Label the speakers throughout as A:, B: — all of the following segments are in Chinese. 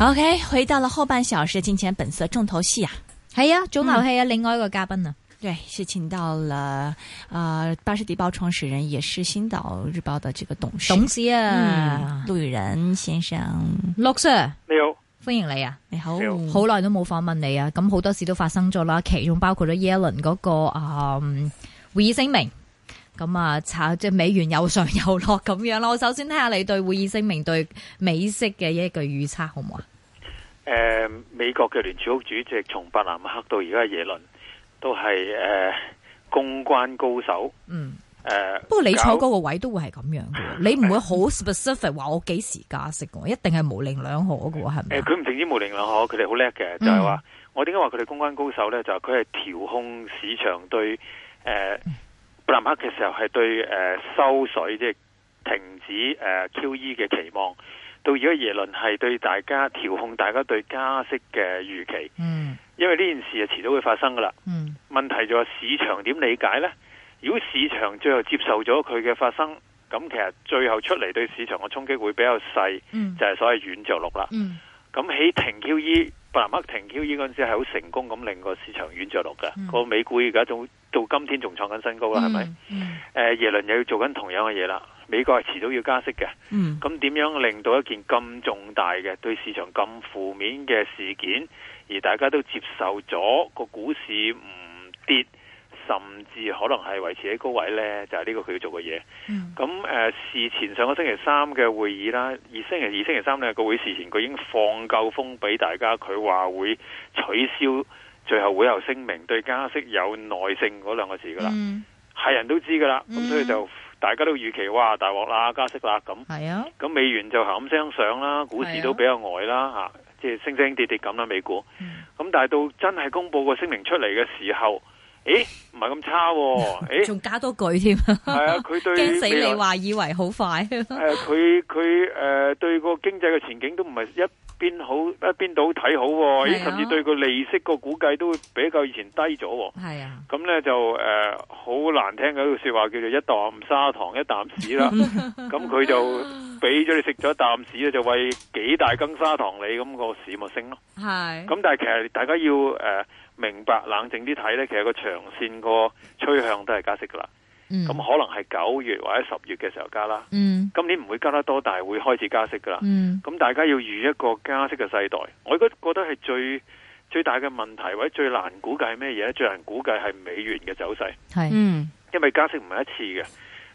A: OK，回到了后半小时，金钱本色重头戏啊，
B: 係
C: 嗯
B: 啊，肿瘤系啊，另外一個嘉賓啊，
A: 对，是请到了呃巴士的报创始人，也是星岛日报的这个董事
B: 董事
A: 嗯
B: 啊，
A: 陆羽仁先
C: 嗯
A: 生，
B: 陸 Sir，
C: 你好，
B: 歡迎你啊！
A: 你好，
C: 你
B: 好耐都冇訪問你啊，咁好多事都發生咗啦，其中包括咗耶倫嗰個啊、嗯、會議聲明，咁啊炒即係美元有上有落咁樣啦。我首先睇下你對會議聲明對美息嘅一個預測好唔好啊？
C: 诶、呃美國嘅聯儲局主席從伯南克到而家耶倫都係诶、呃公關高手。
B: 嗯，
C: 诶、
B: 不過你坐
C: 搞
B: 嗰個位都會係咁樣嘅喎，你唔會好 specific 話我幾時加息嘅喎，一定係模棱兩可嘅喎，係咪
C: 誒
B: 啊？
C: 呃佢唔淨止模棱兩可，佢哋好叻嘅，就係、
B: 嗯
C: 話我點解話佢哋公關高手呢？就係佢係調控市場對誒、呃、布林克嘅時候係對誒、呃收水即係停止誒、呃 QE 嘅期望，到而家耶倫係對大家調控大家對加息嘅預期，
B: 嗯
C: 因為呢件事啊係遲早會發生噶啦。
B: 嗯
C: 問題就係市場點理解呢？如果市場最後接受咗佢嘅發生，咁其實最後出嚟對市場嘅衝擊會比較細，
B: 嗯
C: 就係、所謂軟着陸啦。
B: 嗯
C: 咁喺停 E，QE，伯南克停 QE 嗰陣時係好成功咁令個市場軟着陸
B: 嗯
C: 嘅，個、美股而家仲到今天仲創緊新高啦，係咪？誒、
B: 嗯
C: 耶倫又要做緊同樣嘅嘢啦，美國係遲早要加息嘅。
A: 嗯
C: 咁點樣令到一件咁重大嘅對市場咁負面嘅事件，而大家都接受咗個股市唔跌，甚至可能係維持喺高位呢？就係、呢個佢要做嘅嘢。
B: 嗯
C: 咁誒、呃事前上個星期三嘅會議啦，而星期二、星期三呢個會事前，佢已經放夠風俾大家，佢話會取消最後會後聲明對加息有耐性嗰兩個字噶啦，
B: 嗯，
C: 係、人都知噶啦，
B: 嗯
C: 咁所以就大家都預期哇大鑊啦，加息啦咁。
B: 係啊，
C: 咁美元就行咁聲上啦，股
B: 係啊
C: 市都比較呆啦嚇，啊即係升升跌跌咁啦美股。
B: 嗯
C: 咁但係到真係公佈個聲明出嚟嘅時候，咦唔係咁 差喎、誒
B: 仲加多句添，
C: 係啊佢 對
B: 驚死
C: 未來
B: 你話以為好快。
C: 誒佢佢誒對個經濟嘅前景都唔係一邊好一邊倒睇好喎、
B: 係
C: 咦
B: 啊
C: 甚至對個利息個估計都會比較以前低咗喎、
B: 系啊，
C: 咁呢就誒呃好、難聽嘅一句説話叫做一啖砂糖一啖屎 啦。咁佢就俾咗你食咗一啖屎咧，就喂幾大羹砂糖你，咁、個市咪升咯。
B: 系咁
C: 咁但係其實大家要誒、呃明白冷靜啲睇呢，其實個長線個趨向都係加息噶啦。咁、可
B: 嗯
C: 能係九月或者十月嘅時候加啦。
B: 嗯
C: 今年唔會加得多，但係會開始加息噶啦。
B: 嗯
C: 咁大家要預一個加息嘅世代。我而家覺得係最最大嘅問題或者最難估計係咩嘢呢？最難估計係美元嘅走勢，
B: 系
A: 嗯
C: 因為加息唔係一次嘅，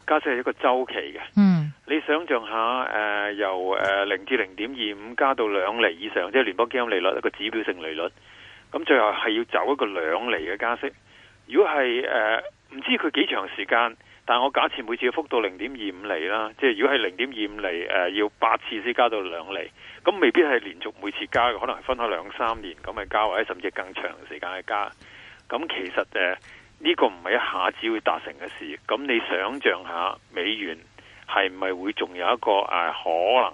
C: 加息係一個周期嘅。
B: 嗯
C: 你想象下，誒、由誒零、至零點二五加到兩厘以上，即係聯邦基金利率一個指標性利率。咁最後係要走一個兩厘嘅加息。如果係誒，呃唔、知佢幾長時間，但我假設每次嘅幅度零點二五厘啦，即係如果係零點二五厘，誒、要八次先加到兩厘，咁未必係連續每次加嘅，可能係分開兩三年咁去加，或者甚至更長時間去加。咁其實誒，呃呢、個唔係一下子會達成嘅事。咁你想象下美元。係咪會仲有一個誒、呃可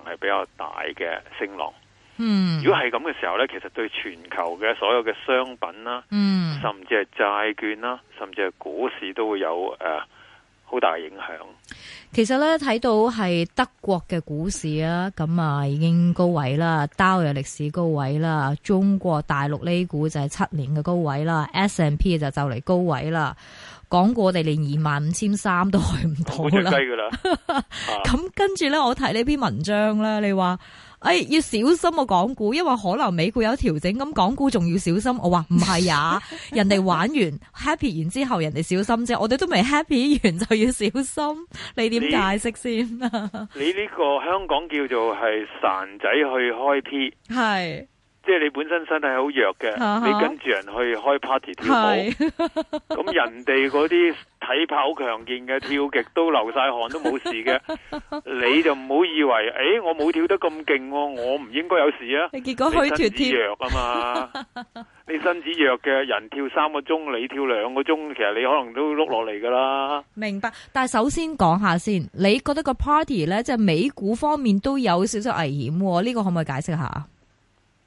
C: 能係比較大嘅升浪？
B: 嗯
C: 如果係咁嘅時候呢，其實對全球嘅所有嘅商品啦，
B: 嗯
C: 甚至係債券啦，甚至係股市都會有誒好、大嘅影響。
B: 其實咧睇到係德國嘅股市啊，咁啊已經高位啦，Dow 有歷史高位啦，中國大陸呢股就係七年嘅高位啦，S and P 就就嚟高位啦。講過我哋連二萬五千三都去唔
C: 好
B: 到
C: 隻雞
B: 啦。
C: 㗎啦，啊
B: 咁跟住咧，我睇呢篇文章咧，你話诶、哎要小心個港股，因為可能美股有調整，咁港股仲要小心。我話唔係 啊，人哋玩完 happy 完之後，人哋小心啫，我哋都未 happy 完就要小心，你點解釋先啊？
C: 你呢個香港叫做係散仔去開 P，
B: 係
C: 即係你本身身體好弱嘅，
B: 啊哈
C: 你跟住人去開 party 跳舞。
B: 係
C: 咁人哋嗰啲體魄好強健嘅跳極都流晒汗都冇事嘅，你就唔好以為，誒、我冇跳得咁勁喎，我唔應該有事啊！
B: 結果虛
C: 你
B: 脱
C: 身子
B: 添，
C: 弱啊嘛，你身子弱嘅人跳三個鐘，你跳兩個鐘，其實你可能都碌落嚟噶啦。
B: 明白。但係首先講下先，你覺得個 party 咧，即係美股方面都有少少危險喎，呢、個可唔可以解釋下？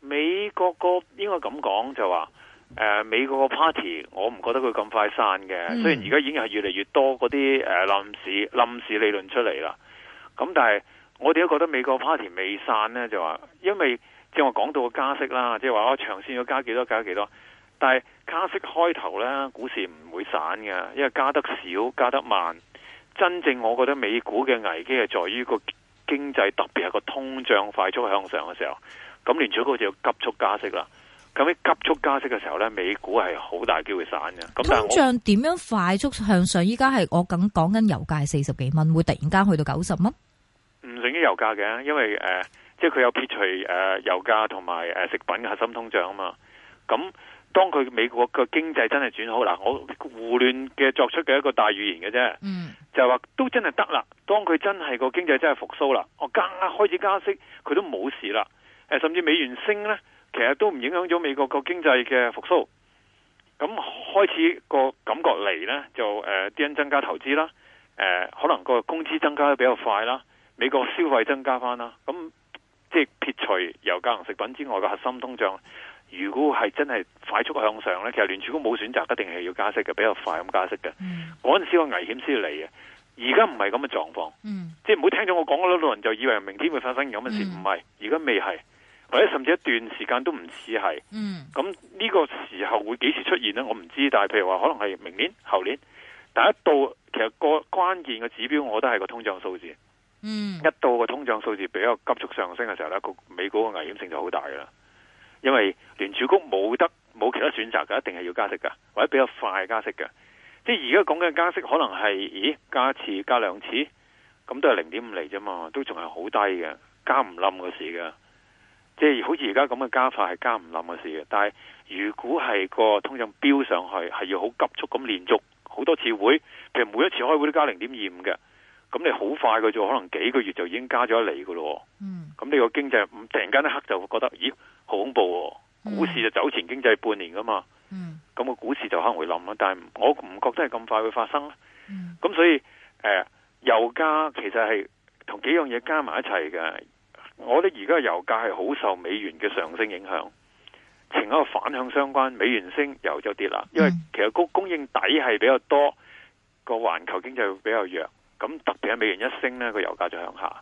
C: 美國個應該咁講就話，誒、美國個 party 我唔覺得佢咁快散嘅，
B: 嗯
C: 雖然而家已經係越嚟越多嗰啲誒冧市冧市理論出嚟啦，咁但係我哋都覺得美國 party 未散呢，就話因為即係我講到個加息啦，即係話哦長線要加幾多加幾多，但係加息開頭呢，股市唔會散嘅，因為加得少加得慢。真正我覺得美股嘅危機係在於個經濟特別係個通脹快速向上嘅時候，咁聯儲局就要急速加息啦。咁喺急速加息嘅時候呢，美股係好大機會散嘅。咁但係
B: 通
C: 我
B: 脹點樣快速向上？依家係我緊講緊油價四十幾蚊，會突然間去到九十蚊。
C: 唔成於油價嘅，因為誒、呃即係佢有撇除誒、呃油價同埋誒食品嘅核心通脹啊嘛。咁當佢美國嘅經濟真係轉好嗱，我胡亂嘅作出嘅一個大預言嘅啫，
B: 嗯，
C: 就係話都真係得啦。當佢真係個經濟真係復甦啦，我加開始加息，佢都冇事啦。誒，甚至美元升呢，其實都唔影響咗美國個經濟嘅復甦。咁開始個感覺嚟呢，就誒啲、人增加投資啦，誒、可能個工資增加得比較快啦，美國消費增加翻啦，咁即係撇除油價同食品之外嘅核心通脹，如果係真係快速向上呢，其實聯儲局冇選擇，一定係要加息嘅，比較快咁加息嘅。
B: 嗯
C: 嗰陣時個危險先嚟嘅，而家唔係咁嘅狀況。
B: 嗯，
C: 即係唔好聽咗我講嗰輪就以為明天會發生咁嘅事，唔
B: 嗯
C: 係、而家未係，或者甚至一段時間都唔似係。
B: 嗯，
C: 咁呢個時候會幾時出現呢？我唔知，但係譬如話可能係明年、後年，但一到其實個關鍵嘅指標，我覺得係個通脹數字。
B: 嗯
C: 一到個通脹數字比較急速上升嘅時候呢，個美股嘅危險性就好大㗎啦。因為聯儲局冇得冇其他選擇㗎，一定係要加息㗎，或者比較快加息㗎。即係而家講緊加息，可能係咦加一次加兩次，咁都係零點五厘啫嘛，都仲係好低嘅，加唔冧嘅事㗎。即係好似而家咁嘅加法係加唔冧嘅事嘅，但係如果係個通脹飆上去，係要好急速咁連續好多次會，譬如每一次開會都加零點二五嘅。咁你好快嘅啫，可能幾個月就已經加咗一厘嘅咯
B: 嗯，
C: 喎。咁你個經濟唔突然間一刻就覺得，咦，好恐怖喎、
B: 嗯
C: 股市就走前經濟半年噶嘛，
B: 嗯，
C: 咁、個股市就可能會冧啦。但係我唔覺得係咁快會發生啦。
B: 嗯，
C: 咁所以誒、呃油價其實係同幾樣嘢加埋一齊嘅。我覺得而家油價係好受美元嘅上升影響，呈一個反向相關，美元升油就跌啦。因為
B: 嗯
C: 其實個供應底係比較多，個環球經濟會比較弱。咁特別係美元一升呢，個油價就向下。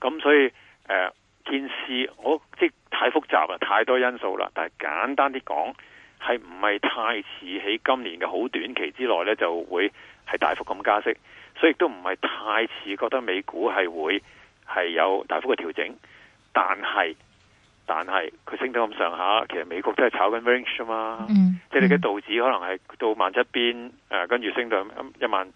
C: 咁所以誒、呃件事我即係太複雜啦，太多因素啦。但係簡單啲講，係唔係太似喺今年嘅好短期之內呢，就會係大幅咁加息，所以亦都唔係太似覺得美股係會係有大幅嘅調整。但係但係佢升到咁上下，其實美國都係炒緊 range 啊嘛。
B: 嗯，
C: 即係你嘅道指可能係到萬七邊，誒、跟住升到一萬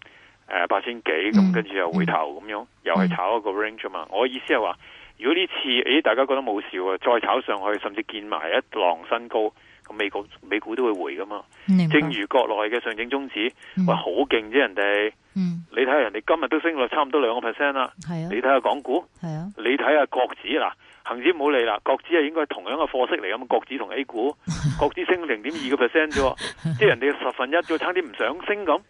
C: 誒八千幾，
B: 嗯
C: 咁跟住又回頭咁樣，又係炒一個 range 啊嘛。我意思係話，如果呢次誒大家覺得冇事喎，再炒上去，甚至見埋一浪新高，咁美國美股都會回噶嘛。
B: 嗯明白
C: 正如國內嘅上證綜指，
B: 嗯
C: 喂好勁啫，人哋
B: 嗯，
C: 你睇下人哋今日都升到差唔多兩個 percent 啦，
B: 係啊
C: 你，睇下港股。
B: 係啊，
C: 你睇下國指嗱，恒指唔好理啦，國指係應該係同樣嘅貨色嚟咁，國指同 A 股，國指升零點二個 percent 啫喎，即係人哋十分一咗，差啲唔想升咁，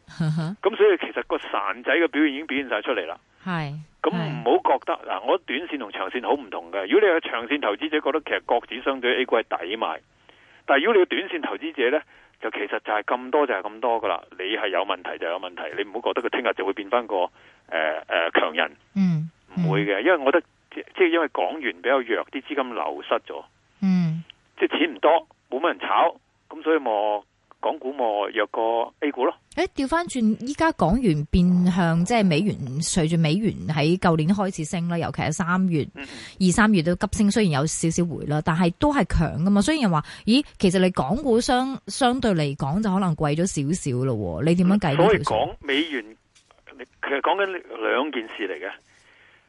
C: 咁所以其實個散仔嘅表現已經表現晒出嚟啦。
B: 係，
C: 咁
B: 係
C: 唔好覺得嗱，我短線同長線好唔同嘅。如果你係長線投資者，覺得其實國指相對 A 股係抵買，但係如果你係短線投資者呢，就其實就係咁多就係咁多噶啦。你係有問題就有問題，你唔好覺得佢聽日就會變翻個誒誒強人。
B: 嗯，
C: 唔會嘅，因為我覺得即即係因為港元比較弱，啲資金流失咗，
B: 嗯，
C: 即係錢唔多，冇乜人炒，咁所以咪港股咪弱過 A 股咯。
B: 誒，調翻轉，依家港元變向即係美元，隨住美元喺舊年開始升啦，尤其係三月、
C: 嗯
B: 二三月都急升，雖然有少少回啦，但係都係強噶嘛。雖然話，咦，其實你港股相相對嚟講就可能貴咗少少咯喎，你點樣計
C: 嗯所以
B: 呢條數？
C: 講美元，其實講緊兩件事嚟嘅。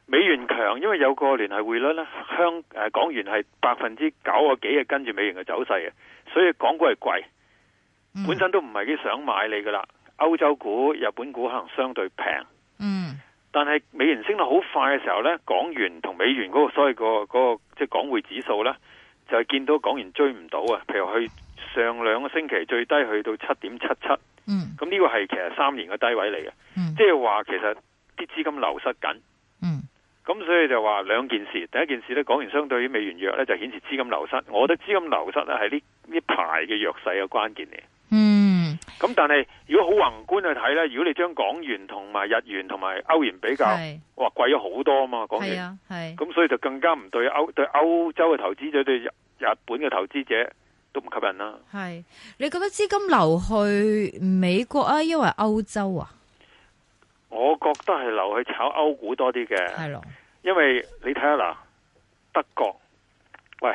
C: 美元強，因為有個聯繫匯率咧，香誒港元係百分之九啊幾係跟住美元嘅走勢嘅，所以港股係貴，
B: 嗯
C: 本身都唔係幾想買你噶啦。歐洲股、日本股可能相對平。
B: 嗯
C: 但係美元升得好快嘅時候呢，港元同美元嗰個所謂、個嗰個即係港匯指數呢，就係見到港元追唔到啊。譬如去上兩個星期最低去到七點七七，咁
B: 嗯
C: 呢個係其實三年嘅低位嚟嘅，
B: 嗯
C: 即係話其實啲資金流失緊。
B: 嗯
C: 咁所以就話兩件事，第一件事呢，港元相對於美元弱呢，就顯示資金流失。我覺得資金流失呢係呢呢排嘅弱勢嘅關鍵嚟。
B: 嗯，
C: 咁但係如果好宏觀去睇呢，如果你將港元同埋日元同埋歐元比較，
B: 係
C: 哇貴咗好多啊嘛，港
B: 係
C: 元。
B: 啊係
C: 咁所以就更加唔對歐對歐洲嘅投資者對日日本嘅投資者都唔吸引啦。
B: 係。你覺得資金流去美國啊，因為歐洲啊，
C: 我覺得係留去炒歐股多啲嘅，
B: 係咯，
C: 因為你睇下嗱，德國，喂，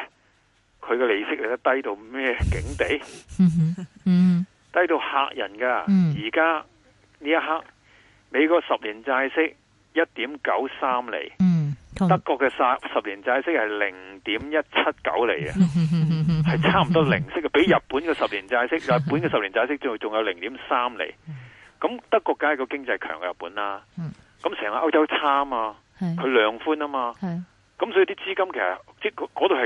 C: 佢嘅利息你都低到咩境地？
B: 嗯哼嗯
C: 低到嚇人噶。
B: 嗯
C: 而家呢一刻，美國十年債息一點九三厘，
B: 嗯，同
C: 德國嘅十十年債息係零點一七九厘 啊，係差唔多零息嘅，比日本嘅十年債息，日本嘅十年債息仲 仲有零點三厘。咁德國梗係個經濟強過日本啦
B: 嗯。
C: 咁成個歐洲差啊嘛，佢
B: 係
C: 量寬啊嘛，
B: 係
C: 咁所以啲資金其實即係嗰嗰度係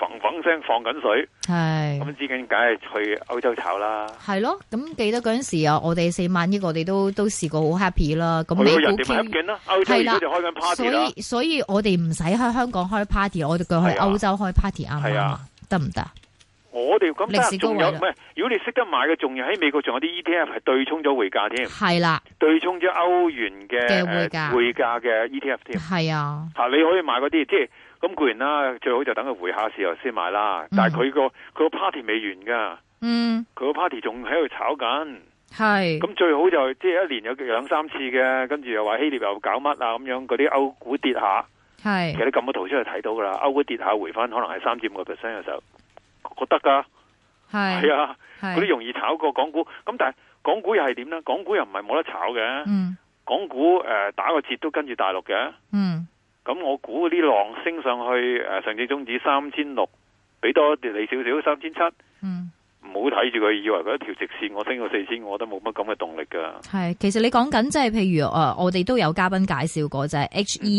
C: 嘭嘭聲放緊水，咁
B: 係。
C: 資金梗係去歐洲炒啦。
B: 係咯，咁記得嗰陣時啊，我哋四萬億，我哋都都試過好 happy 啦。咁
C: 去
B: 美
C: 到人
B: 股
C: 哋
B: Q
C: 咪吸引啦，歐洲而家就開緊 party 啦
B: 所，以所以我哋唔使喺香港開 party，我哋叫去
C: 係啊
B: 歐洲開 party 啱唔啱
C: 係
B: 啊
C: 啊？
B: 得唔得？
C: 我哋咁
B: 歷
C: 得
B: 史高
C: 仲
B: 位
C: 有
B: 啦
C: 唔係？如果你識得買嘅，仲有喺美國仲有啲 ETF 係對沖咗匯價添，
B: 係啦，
C: 對沖咗歐元嘅
B: 嘅匯
C: 呃
B: 價
C: 匯價嘅 ETF 添。
B: 係啊，
C: 嚇，你可以買嗰啲，即係咁固然啦，最好就等佢回下市後先買啦。但係佢個佢個 party 未完㗎，
B: 嗯，
C: 佢個 party 仲喺度炒緊。
B: 係，
C: 咁最好就即係一年有兩三次嘅，跟住又話希臘又搞乜啊咁樣，嗰啲歐股跌下。其實
B: 係，
C: 你撳個圖出去睇到噶啦，歐股跌下回翻，可能係三至五個 percent 嘅時候，覺得噶係
B: 係，
C: 啊，嗰啲
B: 係，
C: 容易炒過港股。咁但係港股又係點呢？港股又唔係冇得炒嘅，
B: 嗯
C: 港股诶、呃打個折都跟住大陸嘅。
B: 嗯，
C: 咁我估呢浪升上去诶、呃上證綜指三千六，俾多你少少三千七，
B: 嗯，
C: 唔好睇住佢，以為佢一條直線，我升到四千，我覺得冇乜咁嘅動力噶。
B: 係。其實你講緊即係譬如誒，我哋都有嘉賓介紹過就係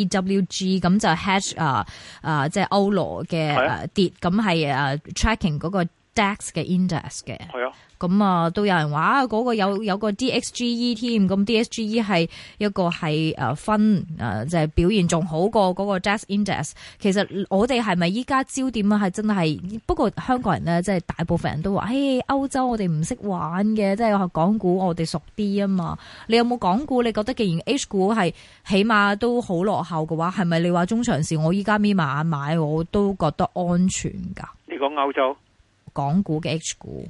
B: HEWG，咁就 hedge 啊啊，即係歐羅嘅
C: 係啊
B: 誒跌，咁係誒 tracking 嗰個 DAX 嘅 index 嘅。
C: 係啊，
B: 咁啊，都有人話啊嗰個有有個 DXGE E 添，咁 DXGE E 係一個係誒分誒，就係表現仲好過嗰個 DAX index。其實我哋係咪依家焦點啊？係真係不過香港人咧，即係大部分人都話：，誒歐洲我哋唔識玩嘅，即係港股我哋熟啲啊嘛。你有冇港股？你覺得既然 H 股係起碼都好落後嘅話，係咪你話中長線我依家眯埋眼買，我都覺得安全㗎？
C: 呢個歐洲
B: 港股嘅 H 股。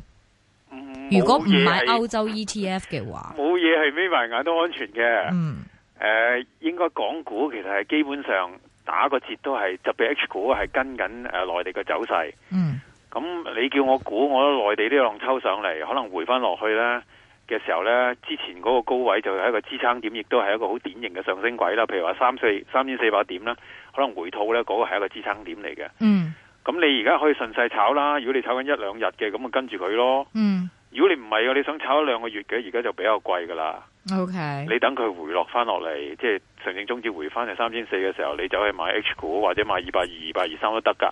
C: 嗯
B: 如果唔
C: 冇嘢
B: 買
C: 係
B: 歐洲 ETF 嘅話，
C: 冇嘢係眯埋眼都安全嘅。
B: 嗯
C: 诶、應該港股其實係基本上打個折都係，特別 H 股係跟緊诶内地嘅走勢。
B: 嗯
C: 咁你叫我估，我覺得內地呢浪抽上嚟，可能回翻落去呢嘅時候呢，之前嗰個高位就係一個支撐點，亦都係一個好典型嘅上升軌啦。譬如話三四三千四百點啦，可能回吐呢嗰、個係一個支撐點嚟嘅。
B: 嗯
C: 咁你而家可以順勢炒啦，如果你炒緊一兩日嘅，咁啊跟住佢咯。
B: 嗯
C: 如果你唔係嘅，你想炒一兩個月嘅，而家就比較貴噶啦。
B: ，OK，
C: 你等佢回落翻落嚟，即係上證中指回翻嚟三千四嘅時候，你走去買 H 股或者買二百二、二百二三都得㗎。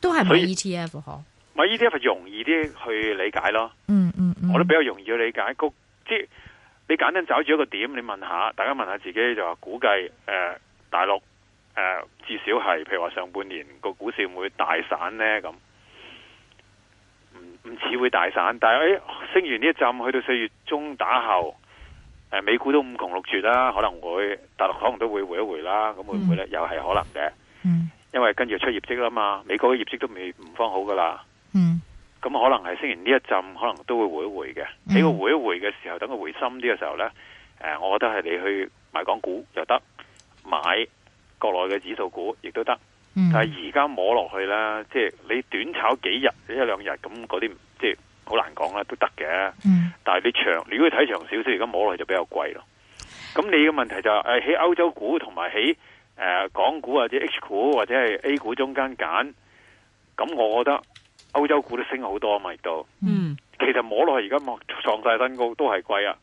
B: 都係買
C: 所以
B: ETF 嗬。
C: 買 ETF 容易啲去理解咯，
B: 嗯嗯嗯，
C: 我都比較容易去理解。個即係你簡單找住一個點，你問下大家問下自己就話估計誒、呃大陸誒、呃至少係譬如話上半年個股市會唔會大散呢？咁。唔唔似會大散，但係誒、哎升完呢一陣，去到四月中打後，誒、美股都五窮六絕啦，可能會大陸可能都會回一回啦，咁會唔會呢？又係可能嘅，
B: 嗯
C: 因為跟住出業績啦嘛，美國嘅業績都未唔方好噶啦，
B: 嗯
C: 咁可能係升完呢一陣，可能都會回一回嘅。
B: 嗯
C: 喺個回一回嘅時候，等佢回深啲嘅時候呢，誒、我覺得係你去買港股又得，買國內嘅指數股亦都得。
B: 嗯，
C: 但係而家摸落去啦，即係你短炒幾日一兩日咁嗰啲，即係好難講啦，都得嘅。
B: 嗯
C: 但係你長，如果你睇長少少，而家摸落去就比較貴咯。咁你嘅問題就係、誒喺歐洲股同埋喺誒港股或者 H 股或者係 A 股中間揀，咁我覺得歐洲股都升好多啊嘛，亦都
A: 嗯
C: 其實摸落去而家望創晒新高都係貴啊，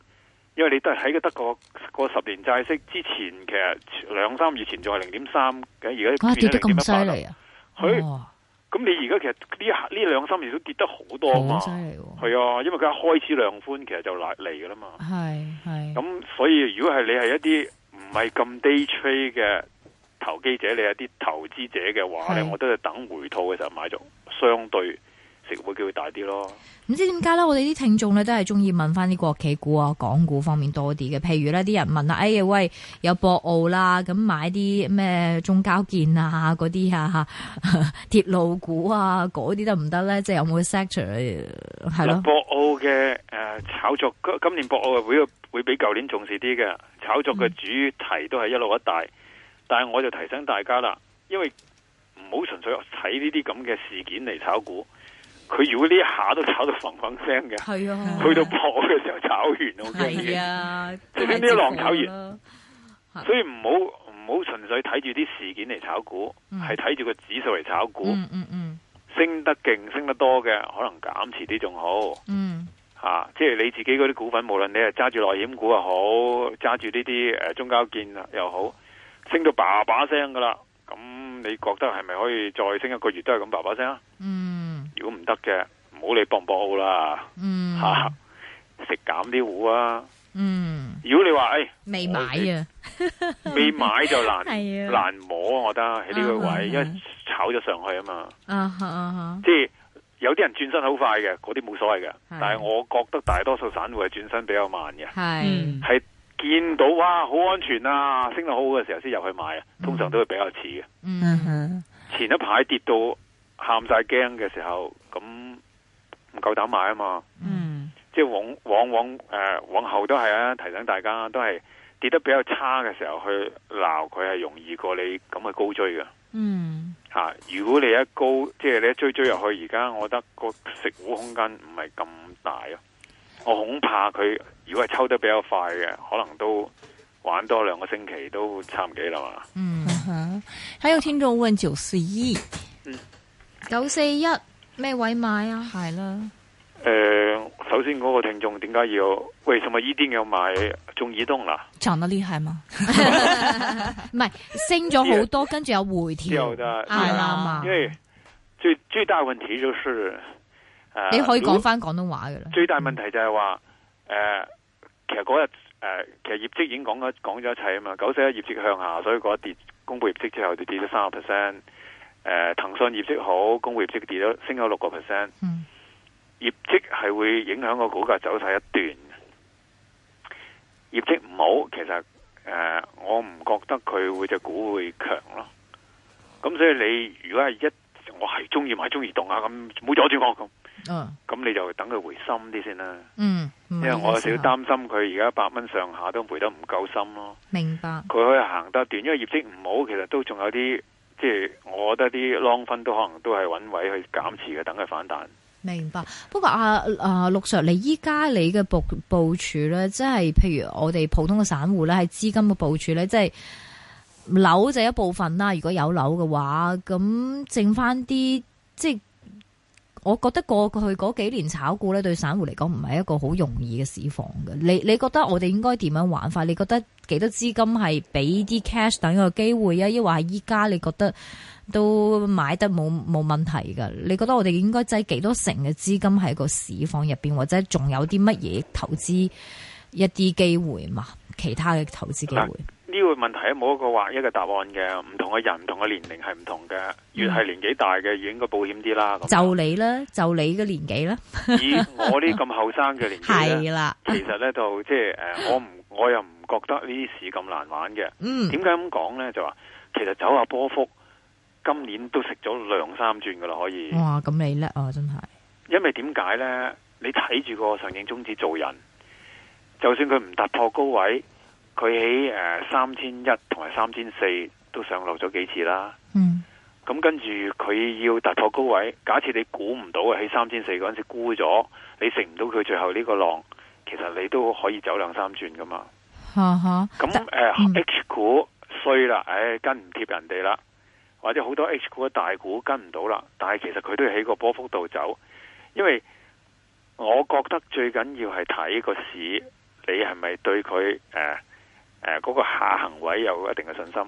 C: 因為你都係喺個德國個十年債息之前，其實兩三月前仲係零點三嘅，而
B: 哇
C: 家
B: 跌
C: 變
B: 得
C: 咗
B: 咁
C: 零點一
B: 犀
C: 八啦
B: 利。啊！
C: 佢
B: 哇
C: 咁你而家其實呢下呢兩三年都跌得好多啊嘛
B: 好，犀利喎，
C: 係啊，因為佢一開始量寬，其實就嚟嚟噶啦嘛。
B: 係係
C: 咁所以如果係你係一啲唔係咁 day trade 嘅投機者，你係一啲投資者嘅話咧，
B: 係
C: 我都係等回吐嘅時候買咗相對食會機會大啲咯。
B: 唔知點解咧，我哋啲聽眾咧都係中意問翻啲國企股啊、港股方面多啲嘅。譬如呢啲人問啊，哎呀喂，有博鰲啦，咁買啲咩中交建啊嗰啲啊， 鐵路股啊嗰啲得唔得咧？即係有冇 sector 呃係
C: 嗱
B: 咯？
C: 博澳嘅誒炒作，今今年博澳係會會比舊年重視啲嘅，炒作嘅主題都係一路一帶。但係我就提醒大家啦，因為唔好純粹睇呢啲咁嘅事件嚟炒股。佢如果呢一下都炒到嘭嘭聲嘅，
B: 係啊
C: 去到破嘅時候炒完，我驚
B: 係
C: 嘅。
B: 啊，
C: 即係呢一浪炒完
B: 完，啊
C: 所以唔好唔好純粹睇住啲事件嚟炒股，
B: 嗯
C: 係睇住個指數嚟炒股，
B: 嗯嗯嗯
C: 升得勁、升得多嘅，可能減持啲仲好。
B: 嗯
C: 啊，即係你自己嗰啲股份，無論你係揸住內險股又好，揸住呢啲誒中交建又好，升到叭叭聲噶啦。咁你覺得係咪可以再升一個月都係咁叭叭聲啊？
B: 嗯
C: 如果唔得嘅，唔好理博唔博好啦，
B: 嗯
C: 吓、食減啲股啊。
B: 嗯，
C: 如果你話誒、哎
B: 未買啊，
C: 未買 就難
B: 係啊
C: 難摸啊，我覺得喺呢
B: 啊
C: 個
B: 啊
C: 位，因為炒咗上去啊嘛。
B: 啊哈啊哈，
C: 即係有啲人轉身好快嘅，嗰啲冇所謂嘅。
B: 係
C: 但係我覺得大多數散戶係轉身比較慢嘅。
B: 係
A: 嗯
C: 係見到哇好安全啊，升得好好嘅時候先入去買啊，通常都會比較似嘅。
A: 嗯
B: 嗯
A: 哼，
C: 前一排跌到喊晒驚嘅時候，咁唔夠膽買啊嘛，
A: 嗯
C: 即係往往往誒、呃往後都係啊，提醒大家都係跌得比較差嘅時候去鬧佢係容易過你咁去高追嘅。
B: 嗯
C: 吓、如果你一高，即係你一追追入去，而家我覺得個食股空間唔係咁大咯。我恐怕佢如果係抽得比較快嘅，可能都玩多兩個星期都差唔幾啦嘛。
B: 嗯
A: 嗯。哼，还有听众问九四一，
B: 九四一咩位買啊？
A: 系啦，
C: 诶、呃首先嗰個聽眾點解要為什麼依啲要買中移啊動啦？
A: 涨得厉害吗？
B: 唔係升咗好多，跟住有回
C: 之後
B: 調，
C: 就
B: 啱啊
C: 因為最最大問題就是呃诶，
B: 你可以
C: 如
B: 講翻廣東話噶啦。
C: 最大問題就係話，誒、其實嗰日誒，其實業績已經講咗講咗一切啊嘛。九四一業績向下，所以嗰一跌公佈業績之後就跌咗三十 percent。誒，騰訊業績好，公佈業績跌咗升咗六個 percent。
B: 嗯
C: 業績係會影響個股價走勢一段。業績唔好，其實誒、呃我唔覺得佢會只股會強咯。咁所以你如果係一我係中意買中移動啊，咁唔好阻住我咁，
B: 嗯
C: 咁你就等佢回心啲先啦。
B: 嗯，因
C: 因為我有少少擔心佢而家百蚊上下都賠得唔夠深咯，
B: 明白。
C: 佢可以行得一段，因為業績唔好，其實都仲有啲，即係我覺得啲 long 分都可能都係揾位去減持嘅，等佢反彈。
B: 明白，不過啊啊，陸 Sir，你依家你嘅部部署咧，即係譬如我哋普通嘅散户咧，喺資金嘅部署咧，即係樓就一部分啦。如果有樓嘅話，咁剩翻啲即係我覺得過去嗰幾年炒股咧，對散户嚟講唔係一個好容易嘅市況嘅。你你覺得我哋應該點樣玩法？你覺得幾多資金係俾啲 cash 等一個機會啊？抑或係依家你覺得？都買得冇冇問題㗎。你覺得我哋應該擠幾多成嘅資金喺個市況入邊，或者仲有啲乜嘢投資一啲機會嘛？其他嘅投資機
C: 啊
B: 會，
C: 呢個問題咧冇一個劃一嘅答案嘅，唔同嘅人、唔同嘅年齡係唔同嘅，越係年紀大嘅，越應該保險啲啦。咁
B: 就你啦，就你嘅年紀啦，
C: 以我呢咁後生嘅年紀 咧，
B: 係啊啦，
C: 其實呢就即係誒，我唔我又唔覺得呢啲事咁難玩嘅。
B: 嗯
C: 點解咁講呢？就話其實走下波幅，今年都食咗兩三轉噶啦，可以。
B: 哇，咁你叻啊，真係，
C: 因為點解呢？你睇住個上證中指做人，就算佢唔突破高位，佢喺誒三千一同埋三千四都上落咗幾次啦。
B: 嗯
C: 咁跟住佢要突破高位，假設你估唔到啊喺三千四嗰陣時沽咗，你食唔到佢最後呢個浪，其實你都可以走兩三轉噶嘛。
B: 哈哈，
C: 咁誒、
B: 嗯
C: H 股衰啦，唉、跟唔貼人哋啦，或者好多 H 股嘅大股跟唔到啦，但係其實佢都要喺個波幅度走，因為我覺得最緊要係睇個市，你係咪對佢呃誒誒嗰個下行位有一定嘅信心？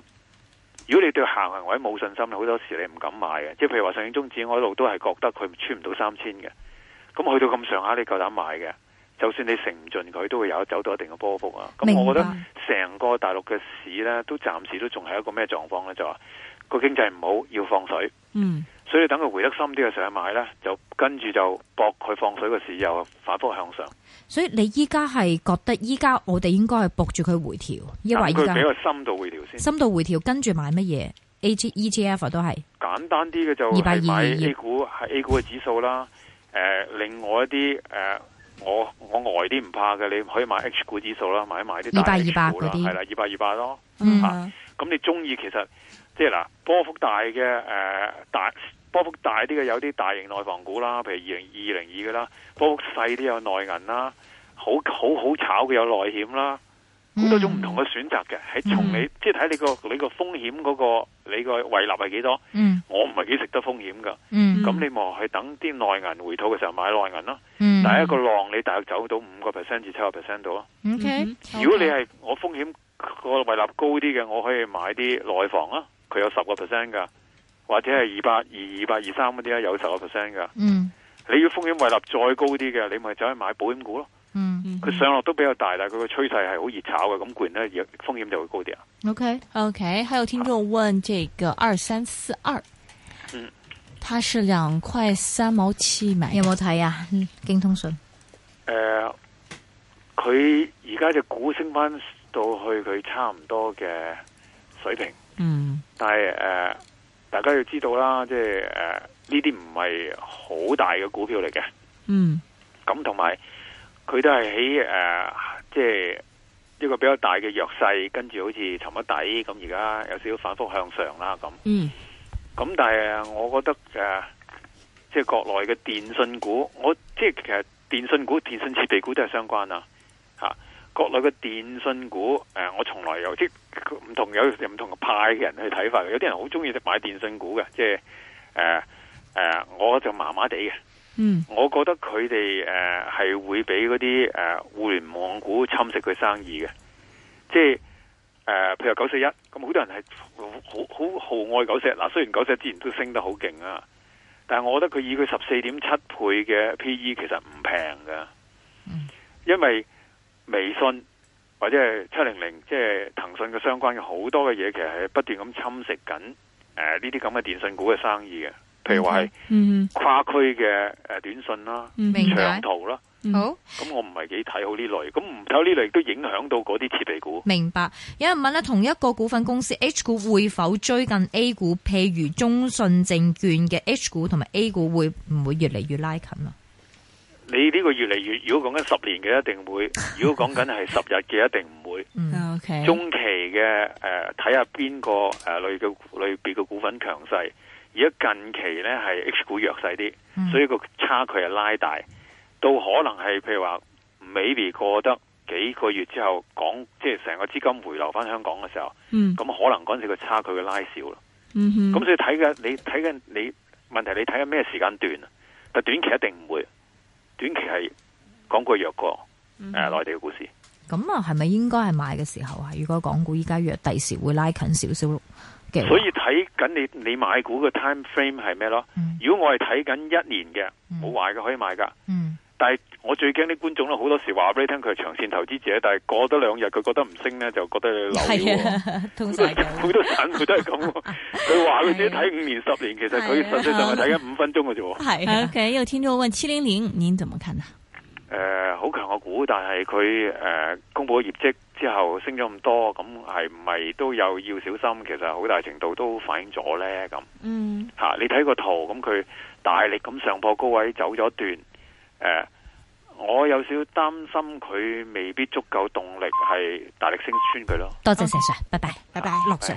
C: 如果你對下行位冇信心，好多時你唔敢買嘅，即係譬如話上影中指，我一路都係覺得佢穿唔到三千嘅，咁去到咁上下你夠膽買嘅，就算你成唔盡佢，都會有走到一定嘅波幅啊！咁
B: 明白
C: 我覺得。成個大陸嘅市呢，都暫時都仲係一個咩狀況呢？就話個經濟唔好要放水，
A: 嗯
C: 所以你等佢回得深啲嘅時候去買呢，就跟住就搏佢放水嘅市又反覆向上。
B: 所以你依家係覺得依家我哋應該係搏住佢回調，抑
C: 等
B: 或依
C: 啊佢
B: 家
C: 比較深度回調先。
B: 深度回調，跟住買乜嘢？A G E T F 都係
C: 簡單啲嘅就
B: 222
C: 係買 A 股，係 A 股嘅指數啦。誒、另外一啲誒、我我呆啲唔怕嘅，你可以買 H 股指數啦，買買啲大
B: 228
C: H 股啦，
B: 嗰啲
C: 係啦，二百二百咯。
B: 嗯
A: 啊
C: 咁你中意其實即係嗱，波幅大嘅誒、大波幅大啲嘅有啲大型內房股啦，譬如二零二零二嘅啦，波幅細啲有內銀啦，好好好炒嘅有內險啦，
B: 嗯
C: 好多種唔同嘅選擇嘅，喺從你即係睇你個你個風險嗰、個你個位立係幾多，
B: 嗯
C: 我唔係幾食得風險㗎，
B: 嗯
C: 咁、你咪去等啲內銀回吐嘅時候買內銀咯，
B: 嗯
C: 第一個浪你大約走到五個 percent 至七個 percent 度咯。
B: O K，
A: 嗯
C: 如果你係我風險個位立高啲嘅，我可以買啲內房啊，佢有十個 percent 噶，或者係二百二、二百二三嗰啲啊，有十個 percent 噶。
B: 嗯
C: 你要風險位立再高啲嘅，你咪走去買保險股咯。
B: 嗯
A: 嗯
C: 佢上落都比較大，但係佢個趨勢係好熱炒嘅，咁固然咧風險就會高啲啊。
B: ，O K，
A: OK，还有听众问这个二三四二，
C: 嗯，
A: 它是两块三毛七买的
B: 有，冇睇啊？嗯京通訊
C: 誒、呃佢而家隻股升翻到去佢差唔多嘅水平。
A: 嗯
C: 但係诶、呃大家要知道啦，即係诶呢啲唔係好大嘅股票嚟嘅，
A: 嗯
C: 咁同埋佢都係喺诶即係一個比較大嘅弱勢，跟住好似沉咗底，咁而家有少少反覆向上啦，咁
A: 嗯
C: 咁但係呃我覺得诶、呃即係國內嘅電信股，我即係其實電信股、電信設備股都係相關啦，吓、國內嘅電信股，诶、我從來有即係唔同有有唔同嘅派嘅人去睇法嘅，有啲人好中意買電信股嘅，即係诶诶，我就麻麻地嘅，
A: 嗯
C: 我覺得佢哋诶係會俾嗰啲诶互聯網股侵蝕佢生意嘅，即係诶、呃譬如九四一，咁好多人係好好好好好愛九四一，嗱雖然九四一之前都升得好勁啊，但係我覺得佢以佢十四點七倍嘅 P E 其實唔平噶，因為微信或者係七零零，即係騰訊嘅相關嘅好多嘅嘢，其實係不斷咁侵蝕緊诶呢啲咁嘅電信股嘅生意嘅，譬如話係。
A: 嗯
C: 跨區嘅誒短信啦、
A: 嗯，
B: 明白
C: 長途啦，
B: 好。
C: 咁我唔係幾睇好呢類，咁唔睇好呢類都影響到嗰啲設備股。
B: 明白，有人問咧，同一個股份公司 H 股會否追近 A 股？譬如中信證券嘅 H 股同埋 A 股會唔會越嚟越拉近啊？
C: 你呢個越嚟越，如果講緊十年嘅一定 會，如果講緊係十日嘅一定唔會。
B: 嗯
A: OK，
C: 中期嘅誒睇下邊個誒類嘅類別嘅股份強勢，而家近期呢係 H 股弱勢啲，
B: 嗯
C: 所以個差距係拉大，到可能係譬如話 maybe 過得幾個月之後，港即係成個資金回流翻香港嘅時候，
A: 嗯
C: 咁可能嗰陣時個差距會拉少咯。
A: 嗯哼
C: 咁所以睇嘅你睇緊你問題，你睇緊咩時間段啊？但短期一定唔會，短期係港股弱過誒內、地嘅股市。
B: 咁啊，係咪應該係買嘅時候啊？如果港股依家弱，第時會拉近少少嘅話，
C: 所以睇緊你你買股嘅 time frame 係咩咯？
B: 嗯
C: 如果我係睇緊一年嘅，
B: 嗯
C: 冇壞嘅可以買㗎。
B: 嗯
C: 但係我最驚啲觀眾咧，好多時話俾你聽佢係長線投資者，但係過咗兩日佢覺得唔升咧，就覺得你流 料
A: 係
C: 喎。
A: 啊，通
C: 好
A: 常係
C: 多
A: 咁
C: 好多散戶都係咁喎，佢話佢自己睇五年十年，其實佢
B: 係啊
C: 實際上係睇緊五分鐘嘅啫喎。
B: 係啊
A: OK，有听众问七零零，您怎么看呢？
C: 诶，呃好強嘅股，但係佢诶公布咗業績之後升咗咁多，咁係唔係都有要小心？其實好大程度都反映咗呢。咁
A: 嗯
C: 吓、你睇個圖，咁佢大力咁上破高位走咗一段，诶、我有少少擔心佢未必足夠動力係大力升穿佢咯。
B: 多謝石 Sir，拜拜，
A: 拜拜
B: 陸 Sir。